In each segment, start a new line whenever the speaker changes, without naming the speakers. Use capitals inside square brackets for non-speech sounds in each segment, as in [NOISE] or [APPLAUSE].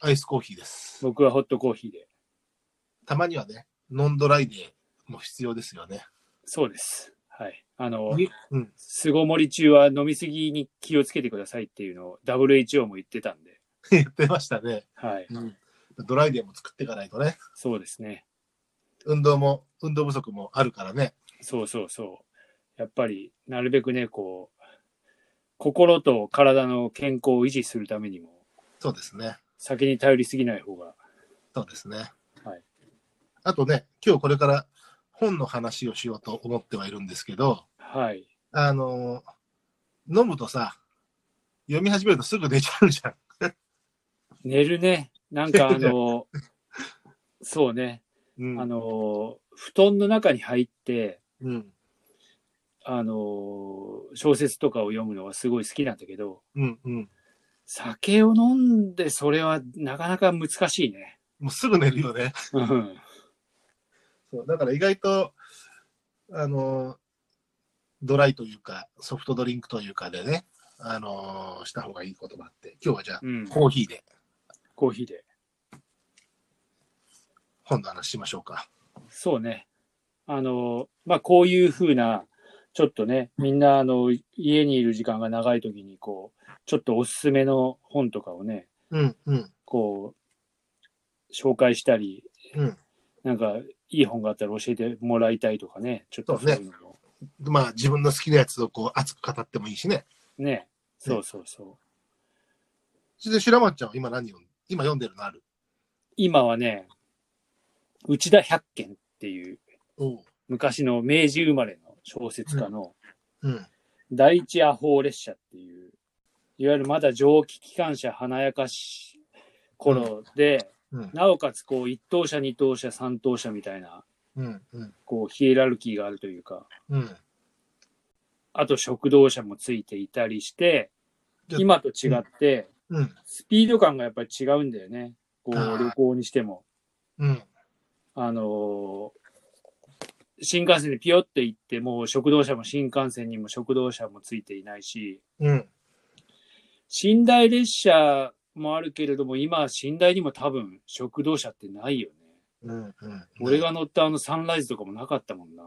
アイスコーヒーです。
僕はホットコーヒーで。
たまにはね、ノンドライでも必要ですよね。
そうです。はい。あの、
にうん。
巣ごもり中は飲みすぎに気をつけてくださいっていうのを WHO も言ってたんで。
言ってましたね。
はい。
うん。ドライデーも作っていかないとね。
そうですね。
運動も、運動不足もあるからね。
そうそうそう。やっぱり、なるべくね、こう、心と体の健康を維持するためにも、
そうですね。
酒に頼りすぎない方が、
そうですね。
はい。
あとね、今日これから本の話をしようと思ってはいるんですけど、
はい。
あのー飲むとさ、読み始めるとすぐ寝ちゃうじゃん。
寝るね。なんかあの、そうね。
うん。
あの、布団の中に入って、
うん。
あの、小説とかを読むのはすごい好きなんだけど、
うん。うん。
酒を飲んでそれはなかなか難しいね。
もうすぐ寝るよね。
うん。
そう。だから意外と、あのードライというか、ソフトドリンクというかでね、あのーした方がいいこともあって、今日はじゃあ、
うん。
コーヒーで
コーヒーで。
本の話しましょうか。
そうね。あの、まあ、こういうふうな、ちょっとね、みんな、あの、家にいる時間が長い時に、こう、ちょっとおすすめの本とかをね、
うん。うん。
こう、紹介したり、
うん。
なんか、いい本があったら教えてもらいたいとかね、ちょっと
そうね
ういうのを
まあ、自分の好きなやつをこう、熱く語ってもいいしね。
ね。そうそうそう。
それで、白松ちゃんは今何読ん今読んでるのある
今はね、内田百軒っていう、
おう。
昔の明治生まれの小説家の、
うん。
第一アホー列車っていう、いわゆるまだ蒸気機関車華やかし頃で、
うん。
なおかつこう一等車、二等車、三等車みたいな、
うん。うん。
こうヒエラルキーがあるというか、
うん。
あと食堂車もついていたりして、今と違って、
うん。
スピード感がやっぱり違うんだよね。こ
あ
う
ー
旅行にしても。
うん。
あのー新幹線でピヨって行って、もう食堂車も新幹線にも食堂車もついていないし、
うん。
寝台列車もあるけれども、今、寝台にも多分、食堂車ってないよね。
うん。うん。
俺が乗ったあのサンライズとかもなかったもんな。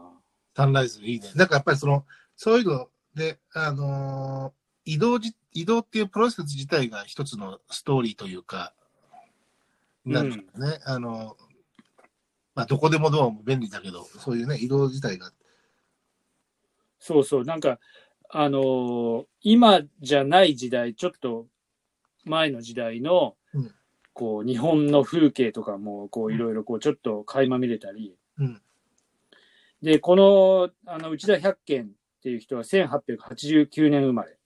サンライズいいね。なんかやっぱりその、そういうので、あのー移動じ、移動っていうプロセス自体が一つのストーリーというか、なるんだね。あのーまあ、どこでもドアも便利だけど、そういうね、移動自体が。
そうそう、なんか、あのー今じゃない時代、ちょっと前の時代の、
うん
こう、日本の風景とかも、こう、いろいろ、こう、ちょっと垣間見れたり。
うん
で、この、あの、内田百軒っていう人は1889年生まれ。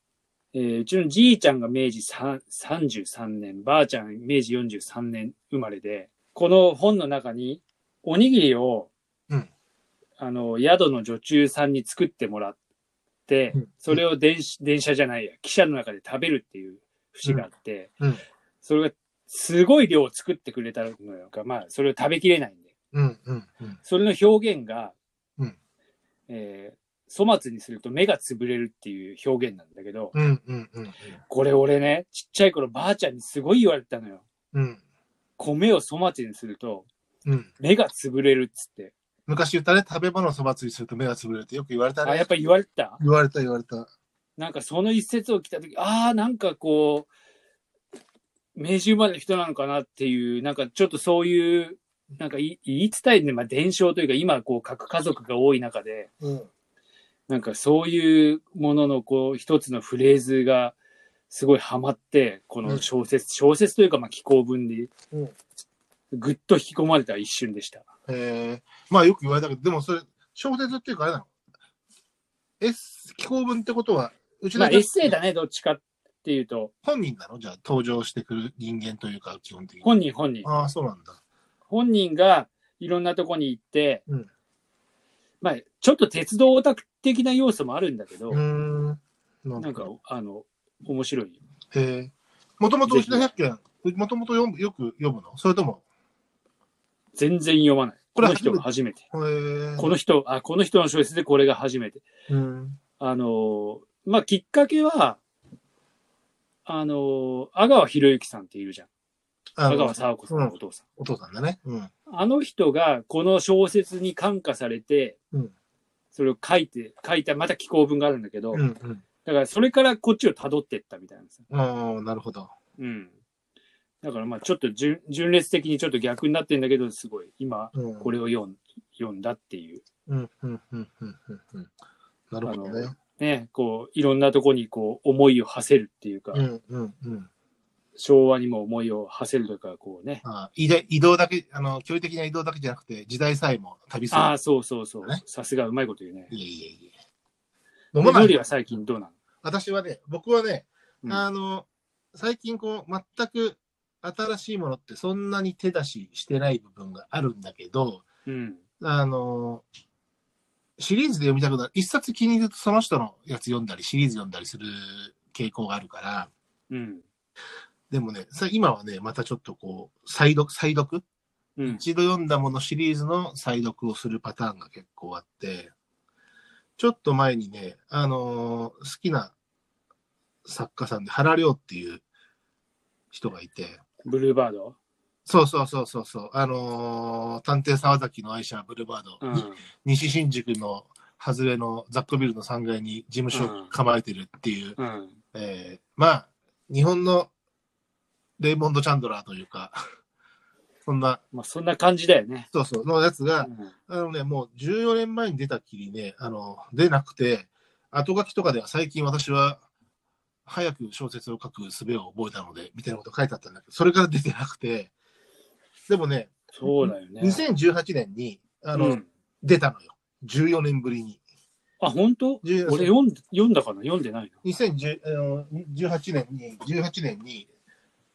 えーうちのじいちゃんが明治3 33年、ばあちゃん明治43年生まれで、この本の中に、おにぎりを、
うん
あの、宿の女中さんに作ってもらって
うん、
それを電子電車じゃないや、汽車の中で食べるっていう節があって、
うんうん
それがすごい量を作ってくれたのが、まあ、それを食べきれないんで、
うん、うん、うん。
それの表現が、
うん
えー粗末にすると目が潰れるっていう表現なんだけど、
うん、うん、うん。
これ俺ね、ちっちゃい頃ばあちゃんにすごい言われてたのよ。
うん、
米を粗末にすると
うん。
目が潰れるっつって。
昔言ったね、食べ物を粗末にすると目が潰れるってよく言われた
あ、や
ね
っ。ぱ言われてた
言われた、言われた。
なんかその一節を聞いた時ああなんかこう明治生まれの人なのかなっていうなんかちょっとそういうなんか言い言い伝えで、まあ、伝承というか今こう核家族が多い中で
うん。
なんかそういうもののこう一つのフレーズがすごいハマってこの小説、小説というかまあ紀行文で
うん
ぐっと引き込まれた一瞬でした。
えー、まあよく言われたけど、でもそれ、小説っていうかあれなのエッセ紀行文ってことは、うち
ま
の
あエッセイだねどっちかっていうと
本人なのじゃあ登場してくる人間というか、基本的に。
本人本人。
ああ、そうなんだ。
本人がいろんなとこに行って、
うん
まあ、ちょっと鉄道オタク的な要素もあるんだけど、
うーん。な
なんか、あの、面白い。
へえ。もともとうちの百件、もともと読むよく読むのそれとも、
全然読まない。
こ
こ
れ
の人が初めて。
へえ。
この人、あ、この人の小説でこれが初めて。
うん。
あの、まあ、きっかけは、あの、阿川博之さんっているじゃん。
あ
香
の
川佐和子さんのお父さん。
お父さんだね。うん。
あの人がこの小説に感化されて、
うん
それを書いて、書いた、また寄稿文があるんだけど、
うんうん。
だからそれからこっちを辿ってったみたいなんですよ。
ああ、なるほど。
うん。だからまあちょっと順順列的にちょっと逆になってんだけど、すごい今
うん。
これを読ん読んだっていう、
うん、うん、うん、うん、うんうん。なるほどね。
ね、こういろんなとこにこう思いを馳せるっていうか、
うん、うん、うん。
昭和にも思いを馳せるというか、こうね。
ああ移動移動だけ、あの、距離的な移動だけじゃなくて、時代さえも旅する。
ああ、そうそうそう
ね。
さすがうまいこと言うね。
いえいえいえ。飲まな
ノ
い
リは最近どうなの
私はね、僕はね、
うん
あの、最近こう、全く新しいものってそんなに手出ししてない部分があるんだけど、
うん。
あの、シリーズで読みたくなる。一冊気に入るとその人のやつ読んだり、シリーズ読んだりする傾向があるから、
うん。
でもね、さ今はね、またちょっとこう、再読、再読
うん。
一度読んだものシリーズの再読をするパターンが結構あって、ちょっと前にね、あのー好きな作家さんで原良っていう人がいて、
ブルーバード
そうそうそうそうそう、あのー探偵沢崎の愛車ブルーバード、
うん。
西新宿の外れのザックビルの3階に事務所を構えてるっていう、
うん。
えーまあ、日本のレイモンド・チャンドラーというか、 [LAUGHS] そんな、
まあそんな感じだよね。
そうそう、のやつが
う、ん
あのね、もう14年前に出たきりね、あの、出なくて、後書きとかでは最近私は、早く小説を書く術を覚えたので、みたいなこと書いてあったんだけど、それから出てなくて、でもね、
そうだよね。
2018年に、あの、
うん
出たのよ。14年ぶりに。
あ、本当
10
俺読ん読んだかな読んでないの。
2018年に、18年に、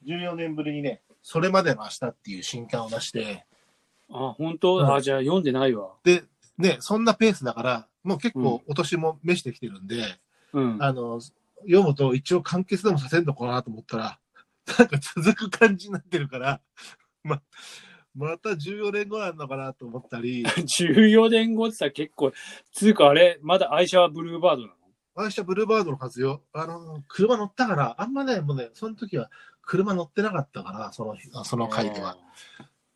14年ぶりにね、それまでの明日っていう新刊を出して、
あ、本当、
うん
あ、じゃあ読んでないわ。
で、ね、そんなペースだから、もう結構お年も召してきてるんで、
うん。 [LAUGHS]
あの、読むと一応完結でもさせんのかなと思ったら、 [LAUGHS] なんか続く感じになってるから、 [LAUGHS] ま、また14年後なんのかなと思ったり、 [LAUGHS]
14年後ってさ、結構、つうかあれ、まだ愛車はブルーバードなの
私はブルーバードの活用、あの、車乗ったから、あんまね、もうね、その時は車乗ってなかったから、その日、その回では。。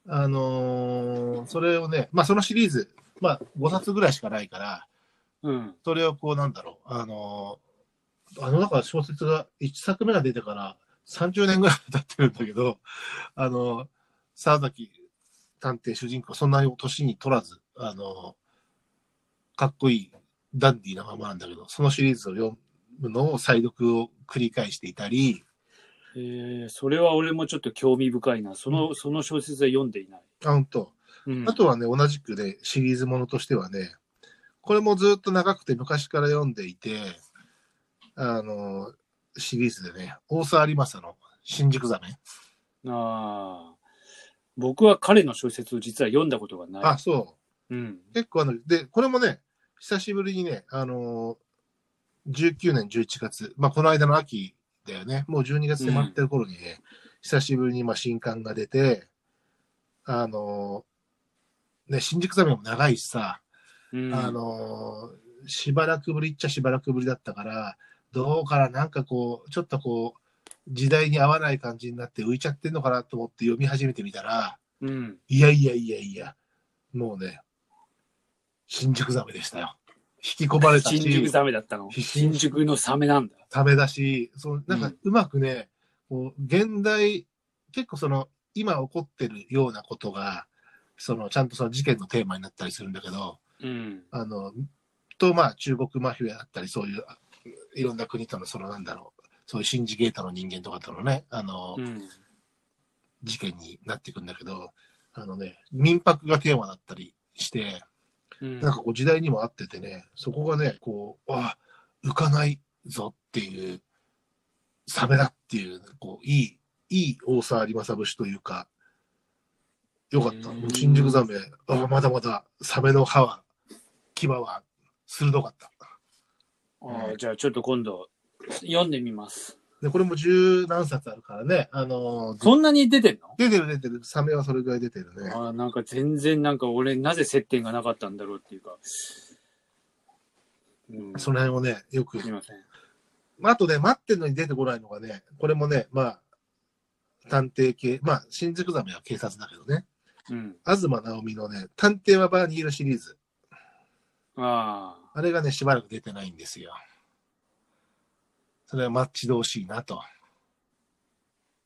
あのーそれをね、まあそのシリーズ、まあ5冊ぐらいしかないから、
うん。
それをこうなんだろう、あのーあのだから小説が1作目が出てから30年ぐらい経ってるんだけど、あのー沢崎探偵主人公、そんなに年に取らず、あのーかっこいいダンディーなままなんだけど、そのシリーズを読むのを再読を繰り返していたり、
えー、それは俺もちょっと興味深いな。その、
う
その小説は読んでいない。
あほんと
うん、
あとはね、同じくね、シリーズものとしてはね、これもずっと長くて昔から読んでいて、あの、シリーズでね、大沢リマサの新宿ザメ。
あー僕は彼の小説を実は読んだことがない。
あ、そ
うん。
う。結構あの、で、これもね、久しぶりにね、あの、19年11月、まあ、この間の秋だよね、もう12月迫ってる頃にね、久しぶりにまあ新刊が出て、あの、ね、新宿ザメも長いしさ、
うん、
あのーしばらくぶりっちゃしばらくぶりだったから、どうかな、なんかこう、ちょっとこう、時代に合わない感じになって浮いちゃってんのかなと思って読み始めてみたら、
うん。
いやいやいやいや、もうね、新宿ザメでしたよ。引き込まれた
新宿
し、
サメだったの。
新宿
新宿のサメなんだ。
ダメだし、そうなんかうまくね、こう現代、結構その、今起こってるようなことが、その、ちゃんとその事件のテーマになったりするんだけど、
うん。
あの、と、まあ、中国マフィアだったり、そういう、あいろんな国との、その、なんだろう、そういうシンジゲータの人間とかとのね、あの、
うん。
事件になっていくんだけど、あのね、民泊がテーマだったりして、
うん
なんかこう時代にも合っててね、そこがね、こう、あ、浮かないぞっていう、サメだっていう、こう、いい、いい大沢有正節というか、よかった
うん。
新宿ザメ、あ、まだまだサメの歯は、牙は、鋭かった。
あーじゃあちょっと今度、読んでみます。
で、これも十何冊あるからね、あのー
そんなに出てんの
出てる出てる、サメはそれぐらい出てるね。
あーなんか全然なんか俺なぜ接点がなかったんだろうっていうか。うん、
その辺をね、よく
すみません。
まああとね、待ってるのに出てこないのがね、これもね、まあ、探偵系、まあ、新宿ザメは警察だけどね、
うん。
東直美のね、探偵はバーにいるシリーズ、
ああ。
あれがね、しばらく出てないんですよ。それは待ち遠しいなと。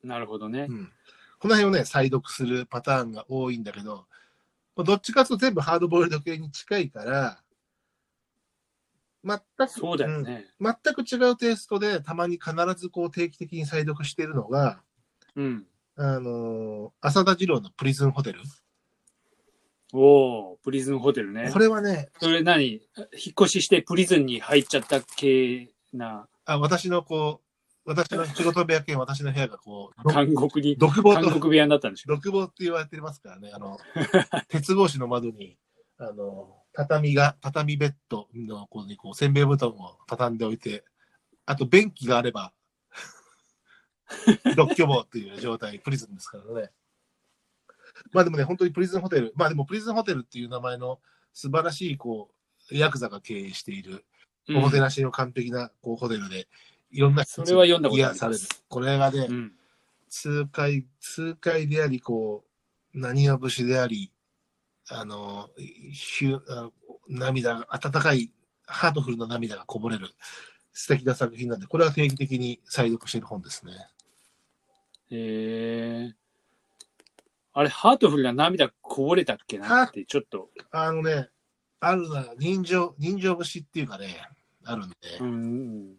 なるほどね
う。ん、この辺をね、再読するパターンが多いんだけど、まあどっちかというと全部ハードボイルド系に近いから、全く
そうだよね。
うん全く違うテイストで、たまに必ずこう定期的に再読してるのが、
うん。
あのー浅田次郎のプリズンホテル。
おおプリズンホテルね
こ。れはね、
それ何引っ越ししてプリズンに入っちゃった系な
あ私のこう、私の仕事部屋兼私の部屋がこう、
韓国に、
独房
韓
と
国部屋になったんでしょ。
独房って言われてますからね、あの、 [LAUGHS] 鉄格子の窓に、あの、畳が、畳ベッドの、こうに、こう、せんべい布団を畳んでおいて、あと、便器があれば、 [LAUGHS] 独居房という状態、プリズンですからね。まあでもね、本当にプリズンホテル、まあでもプリズンホテルっていう名前の素晴らしい、こう、ヤクザが経営している、おもてなしの完璧な、こう、ホテルで、いろんな人
それは読んだことありま
癒
す
される。これがね、
うんうん。
痛快、痛快であり、こう、何は節であり、あの、ひゅあの涙が、温かい、ハートフルな涙がこぼれる、素敵な作品なんで、これは定期的に再読している本ですね。
へえ。あれ、ハートフルな涙こぼれたっけなって、ちょっと、
あのね、あるな、人情、人情節っていうかね、あるんで、
うん、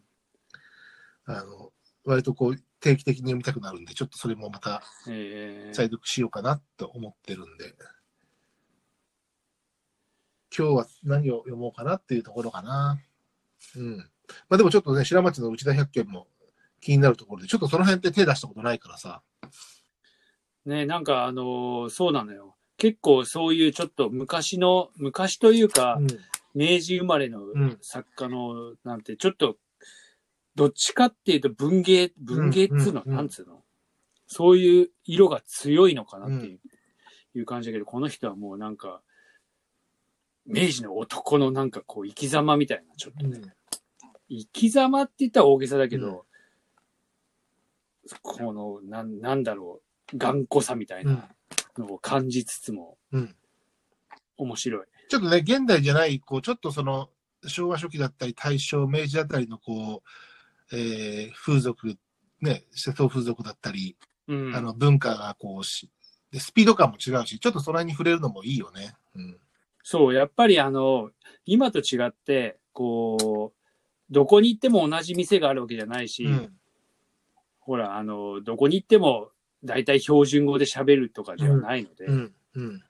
あの、割とこう、定期的に読みたくなるんで、ちょっとそれもまた
え
再読しようかなと思ってるんで。今日は何を読もうかなっていうところかな。うん。まあでもちょっとね、白町の内田百軒も気になるところで、ちょっとその辺って手出したことないからさ。
ねなんかあのーそうなのよ。結構そういうちょっと昔の、昔というか、
うん。
明治生まれの
ん
作家のなんて、ちょっと、どっちかっていうと文芸、文芸っつうの、
うんうん
なんつうのそういう色が強いのかなっていう,、いう感じだけど、この人はもうなんか、明治の男のなんかこう生き様みたいな、ちょっとね、生き様って言ったら大げさだけど、このなん、なんだろう、頑固さみたい
うん
な。のを感じつつも、
うん。
面白い。
ちょっとね、現代じゃない、こう、ちょっとその、昭和初期だったり、大正、明治だったりの、こう、えー風俗、ね、世相風俗だったり、
うん。
あの、文化がこうし、でスピード感も違うし、ちょっとその辺に触れるのもいいよね。うん。
そう、やっぱりあの、今と違って、こう、どこに行っても同じ店があるわけじゃないし、
うん
ほら、あの、どこに行っても大体標準語で喋るとかではないので、
うん。うん。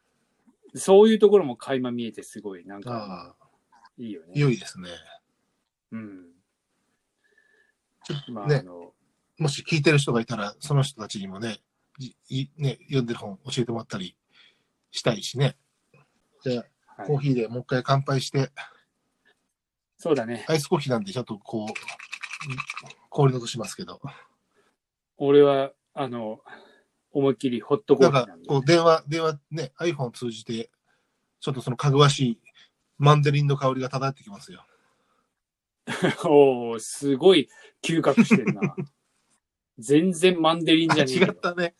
そういうところも垣間見えてすごい、なん
あ
か、
あ、
いいよね。
良いですね。
うん。まあ、
ね
あの、
もし聞いてる人がいたら、その人たちにもね、いいね読んでる本教えてもらったりしたいしね。じゃあ、
はい
コーヒーでもう一回乾杯して、
そうだね。
アイスコーヒーなんでちょっとこう、氷のとしますけど、
俺は、あの、思いっきりホットコ
なん
ーヒー
か
なんで。
こう電話、電話ね、iPhone を通じて、ちょっとそのかぐわしいマンデリンの香りが漂ってきますよ。
[LAUGHS] お
[LAUGHS]
おすごい嗅覚してるな。全然マンデリン
あ
じゃねえ
違
よ
っ。たね。